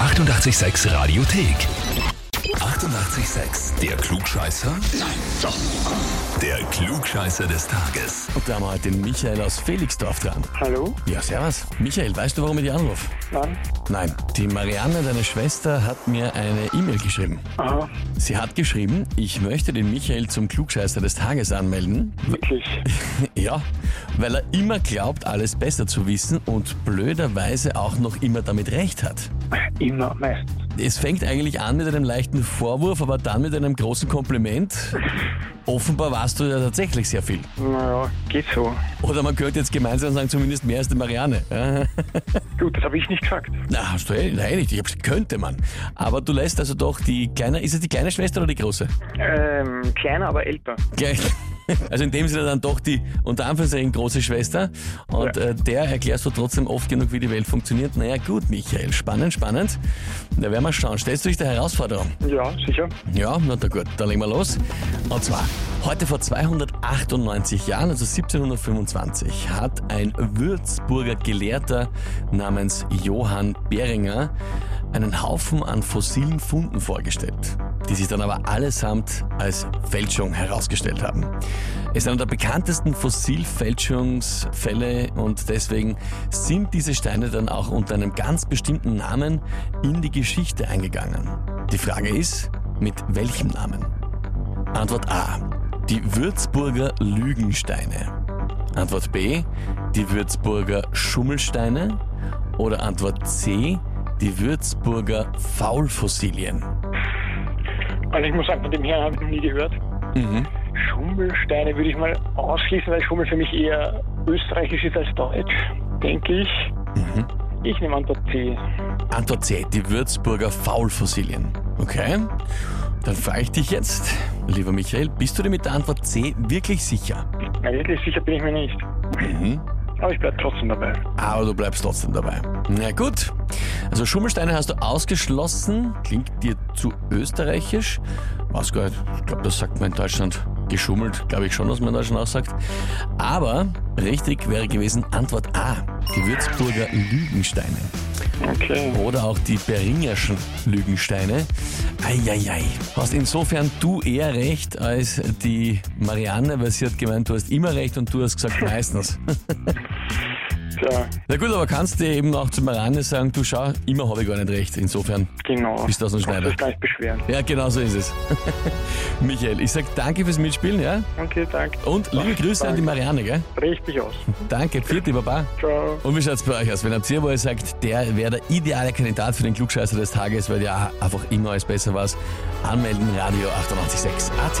886 Radiothek. 88,6. Der Klugscheißer? Nein, doch. Der Klugscheißer des Tages. Und da haben wir heute den Michael aus Felixdorf dran. Hallo? Ja, servus. Michael, weißt du, warum ich dich anrufe? Nein? Nein. Die Marianne, deine Schwester, hat mir eine E-Mail geschrieben. Aha, Sie hat geschrieben, ich möchte den Michael zum Klugscheißer des Tages anmelden. wirklich. Ja, weil er immer glaubt, alles besser zu wissen und blöderweise auch noch immer damit recht hat. Immer, meistens. Es fängt eigentlich an mit einem leichten Vorwurf, aber dann mit einem großen Kompliment. Offenbar warst du ja tatsächlich sehr viel. Naja, geht so. Oder man könnte jetzt gemeinsam sagen, zumindest mehr als die Marianne. Ja. Gut, das habe ich nicht gesagt. Na, hast du eh, nein, nicht. Ich hab's, könnte man. Aber du lässt also doch die kleine, ist es die kleine Schwester oder die große? Ähm, kleiner, aber älter. Gleich. Also in dem Sinne dann doch die unter Anführungszeichen große Schwester. Und Ja. äh, der erklärst du trotzdem oft genug, wie die Welt funktioniert. Naja, gut, Michael. Spannend, spannend. Da werden wir schauen. Stellst du dich der Herausforderung? Ja, sicher. Ja, na da gut, dann legen wir los. Und zwar, heute vor 298 Jahren, also 1725, hat ein Würzburger Gelehrter namens Johann Beringer einen Haufen an fossilen Funden vorgestellt, die sich dann aber allesamt als Fälschung herausgestellt haben. Es ist einer der bekanntesten Fossilfälschungsfälle und deswegen sind diese Steine dann auch unter einem ganz bestimmten Namen in die Geschichte eingegangen. Die Frage ist, mit welchem Namen? Antwort A. Die Würzburger Lügensteine. Antwort B. Die Würzburger Schummelsteine. Oder Antwort C. Die Würzburger Faulfossilien. Also ich muss sagen, von dem Herrn habe ich noch nie gehört. Mhm. Schummelsteine würde ich mal ausschließen, weil Schummel für mich eher österreichisch ist als deutsch, denke ich. Mhm. Ich nehme Antwort C. Antwort C, die Würzburger Faulfossilien. Okay, dann frage ich dich jetzt, lieber Michael, bist du dir mit der Antwort C wirklich sicher? Na, wirklich sicher bin ich mir nicht. Mhm. Aber ich bleibe trotzdem dabei. Ah, Aber du bleibst trotzdem dabei. Na gut, also Schummelsteine hast du ausgeschlossen, klingt dir zu österreichisch. Weiß gar nicht, ich glaube, das sagt man in Deutschland. Geschummelt, glaube ich schon, was man in Deutschland auch sagt. Aber richtig wäre gewesen Antwort A, die Würzburger Lügensteine. Okay. oder auch die Beringerschen Lügensteine. Eieiei. Hast insofern du eher recht als die Marianne, weil sie hat gemeint, du hast immer recht und du hast gesagt meistens. Oh. Tja, Na gut, aber kannst dir eben auch zu Marianne sagen, du schau, immer habe ich gar nicht recht. Insofern. genau. Bist du aus dem Schneider? Ich muss gar nicht beschweren. Ja, genau so ist es. Michael, ich sag danke fürs Mitspielen, ja? Okay, danke. Und liebe Grüße an die Marianne, gell? Richtig aus. Danke, vierte Baba. Ciao. Und wie schaut's bei euch aus? Wenn habt ihr, wo ihr sagt, der wäre der ideale Kandidat für den Klugscheißer des Tages, weil ja einfach immer alles besser war, anmelden, Radio 886 AT.